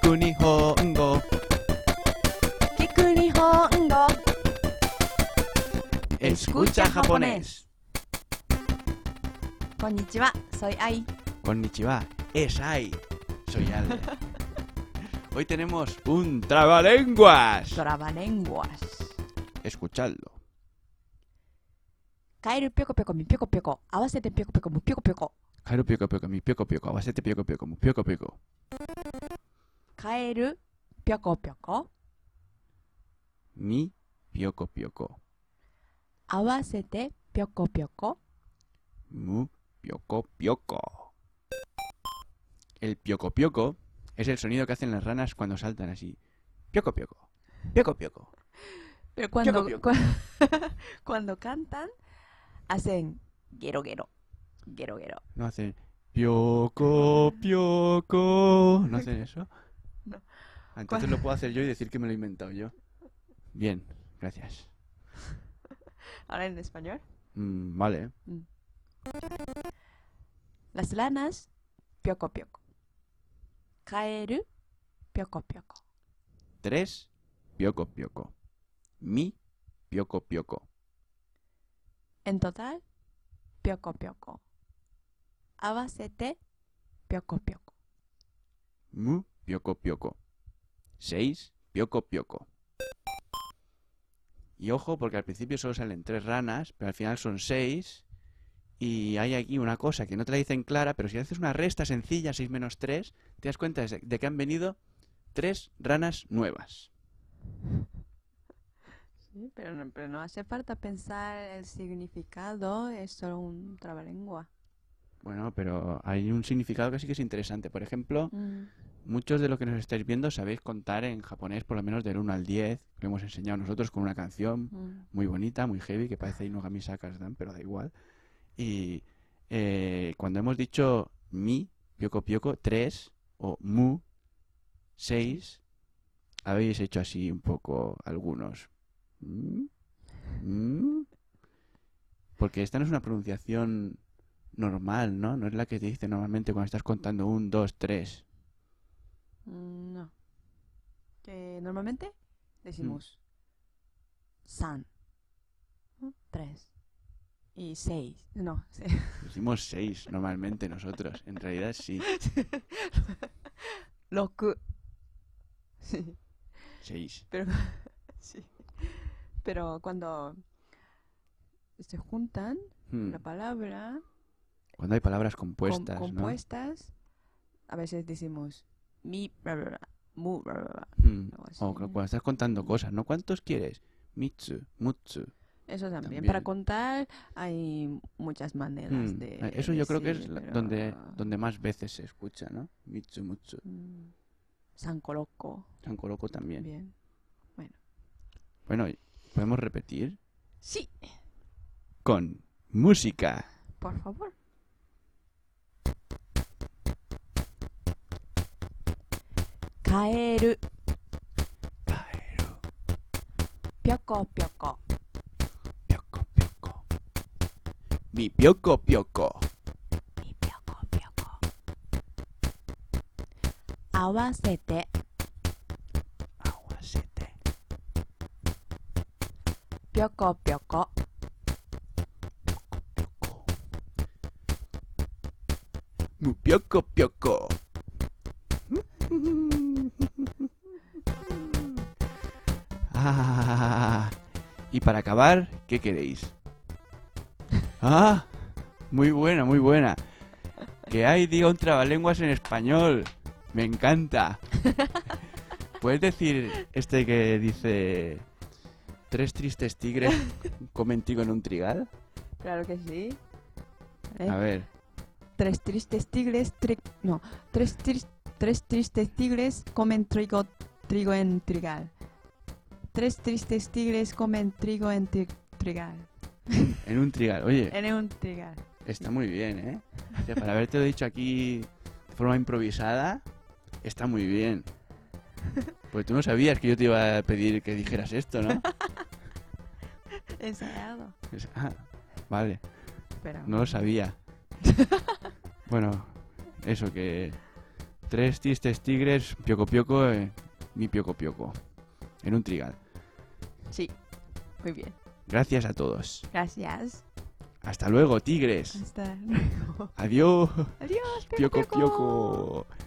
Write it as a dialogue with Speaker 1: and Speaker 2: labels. Speaker 1: く日本語
Speaker 2: 聞く日本語
Speaker 1: Escucha japonés
Speaker 2: こんにちは、soy Ai
Speaker 1: Konnichiwa, es Ai Soy Ale Hoy tenemos un trabalenguas
Speaker 2: Trabalenguas
Speaker 1: Escuchadlo
Speaker 2: カエルぴょこぴょこみぴょこぴょこ合わせてぴょこぴょこむぴょこぴょこ
Speaker 1: Jairo pioco pioco, mi pioco pioco, abasete pioco pioco, mu pioco pioco
Speaker 2: カエルぴょこぴょこ
Speaker 1: Mi pioco pioco,
Speaker 2: 合わせてぴょこぴょこ
Speaker 1: mu pioco pioco El pioco pioco es el sonido que hacen las ranas cuando saltan así Pioco pioco, pioco pioco
Speaker 2: Pero cuando,
Speaker 1: Pioco,
Speaker 2: cu- cuando cantan hacen guero guero guero guero
Speaker 1: No hacen pioco, pioco. ¿No hacen eso?
Speaker 2: No.
Speaker 1: Ah, Entonces lo puedo hacer yo y decir que me lo he inventado yo. Bien, gracias.
Speaker 2: Ahora en español
Speaker 1: Mm, vale.
Speaker 2: Las lanas pioco pioco Caer pioco pioco
Speaker 1: Tres, pioco, pioco. Mi, pioco, pioco.
Speaker 2: En total pioco pioco Abacete pioco pioco
Speaker 1: Mu, pioco, pioco. Seis, pioco, pioco. Y ojo, porque al principio solo salen tres ranas, pero al final son seis. Y hay aquí una cosa que no te la dicen clara, pero si haces una resta sencilla, 6 menos 3, te das cuenta de de que han venido tres ranas nuevas.
Speaker 2: Sí, pero no, pero no hace falta pensar el significado, es solo un trabalengua.
Speaker 1: Bueno, pero hay un significado que sí que es interesante. Por ejemplo,
Speaker 2: Mm,
Speaker 1: muchos de los que nos estáis viendo sabéis contar en japonés por lo menos del 1 al 10, que lo hemos enseñado nosotros con una canción
Speaker 2: mm,
Speaker 1: muy bonita, muy heavy, que parece Inugami Sakasdan, pero da igual. Y eh, cuando hemos dicho mi, pioco pioco, 3 o mu, 6, habéis hecho así un poco algunos. ¿Mm? ¿Mm? Porque esta no es una pronunciación normal, ¿no? No es la que te dice normalmente cuando estás contando un, dos, tres.
Speaker 2: Mm, No. Que normalmente decimos Mm. san, ¿no? tres y seis. No, se-
Speaker 1: Decimos seis normalmente nosotros. En realidad sí.
Speaker 2: Loku. Sí,
Speaker 1: Seis.
Speaker 2: pero sí. Pero cuando se juntan
Speaker 1: Hmm.
Speaker 2: la palabra
Speaker 1: Cuando hay palabras
Speaker 2: com-
Speaker 1: compuestas, ¿no?
Speaker 2: compuestas, a veces decimos mi bla bla bla, mu bla bla bla,
Speaker 1: Hmm.
Speaker 2: algo así.
Speaker 1: O cu- cuando estás contando cosas, ¿no? ¿Cuántos quieres? Mitsu, mutsu.
Speaker 2: Eso también. Para
Speaker 1: También.
Speaker 2: contar hay muchas maneras
Speaker 1: Hmm.
Speaker 2: de
Speaker 1: Eh, Eso yo creo que es
Speaker 2: decir,
Speaker 1: la-
Speaker 2: pero-
Speaker 1: donde, donde más veces se escucha, ¿no? Mitsu, mutsu.
Speaker 2: Mm, San Coloco
Speaker 1: San Coloco también.
Speaker 2: también.
Speaker 1: Bueno, podemos repetir
Speaker 2: Sí,
Speaker 1: con música.
Speaker 2: por favor. Caer,
Speaker 1: Kaeru,
Speaker 2: pioco, pioco.
Speaker 1: Pioco, pioco. Mi pioco, pioco.
Speaker 2: Mi pioco, pioco. Abacete,
Speaker 1: Aguacete.
Speaker 2: pioco, pioco.
Speaker 1: Mu pioco, pioco. Ah, y para acabar, ¿qué queréis? Ah, muy buena, muy buena. Que hay diga un trabalenguas en español. Me encanta. ¿Puedes decir este que dice tres tristes tigres comen trigo en un trigal?
Speaker 2: Claro que sí. ¿Eh?
Speaker 1: A ver.
Speaker 2: Tres tristes tigres, tri- no, tres, tris- tres tristes tigres comen trigo, trigo en trigal. Tres tristes tigres comen trigo en tri- trigal.
Speaker 1: En un trigal. Oye,
Speaker 2: En un trigal.
Speaker 1: está muy bien, ¿eh? O sea, para haberte dicho aquí de forma improvisada, está muy bien. Pues tú no sabías que yo te iba a pedir que dijeras esto, ¿no?
Speaker 2: Ensayado.
Speaker 1: Es- ah, vale,
Speaker 2: Pero
Speaker 1: no lo sabía. Bueno, eso que Tres tristes tigres, pioco pioco, eh, mi pioco pioco. En un trigal.
Speaker 2: Sí. Muy bien.
Speaker 1: Gracias a todos.
Speaker 2: Gracias.
Speaker 1: Hasta luego, tigres.
Speaker 2: Hasta luego.
Speaker 1: Adiós.
Speaker 2: Adiós.
Speaker 1: Pioco
Speaker 2: pioco.
Speaker 1: pioco.
Speaker 2: Ah.